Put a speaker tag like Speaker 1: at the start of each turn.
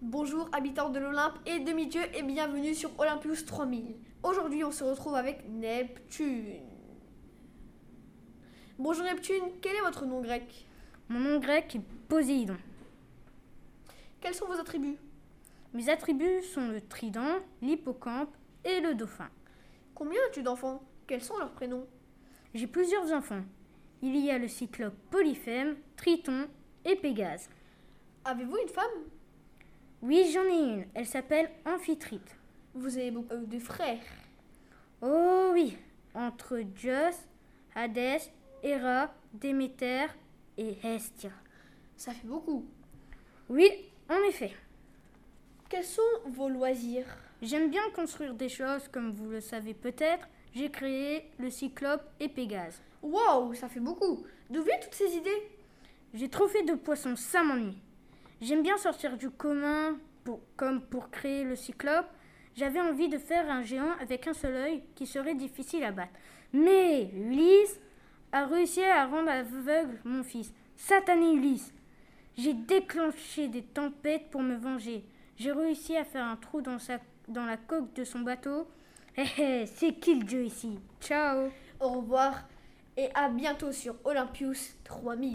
Speaker 1: Bonjour habitants de l'Olympe et demi-dieux et bienvenue sur Olympus 3000. Aujourd'hui on se retrouve avec Neptune. Bonjour Neptune, quel est votre nom grec
Speaker 2: Mon nom grec est Poséidon.
Speaker 1: Quels sont vos attributs
Speaker 2: Mes attributs sont le trident, l'hippocampe et le dauphin.
Speaker 1: Combien as-tu d'enfants Quels sont leurs prénoms
Speaker 2: J'ai plusieurs enfants. Il y a le cyclope Polyphème, Triton et Pégase.
Speaker 1: Avez-vous une femme
Speaker 2: Oui, j'en ai une. Elle s'appelle Amphitrite.
Speaker 1: Vous avez beaucoup euh, de frères.
Speaker 2: Oh oui, entre Zeus, Hadès, Héra, Déméter et Hestia.
Speaker 1: Ça fait beaucoup.
Speaker 2: Oui, en effet.
Speaker 1: Quels sont vos loisirs
Speaker 2: J'aime bien construire des choses, comme vous le savez peut-être. J'ai créé le cyclope et Pégase.
Speaker 1: Waouh, ça fait beaucoup. D'où viennent toutes ces idées
Speaker 2: J'ai trop fait de poissons, ça m'ennuie. J'aime bien sortir du commun, pour- comme pour créer le cyclope. J'avais envie de faire un géant avec un seul œil qui serait difficile à battre. Mais Ulysse a réussi à rendre aveugle mon fils. Satané Ulysse J'ai déclenché des tempêtes pour me venger. J'ai réussi à faire un trou dans, sa, dans la coque de son bateau. Hé hé, c'est qui le dieu ici Ciao
Speaker 1: Au revoir et à bientôt sur Olympus 3000.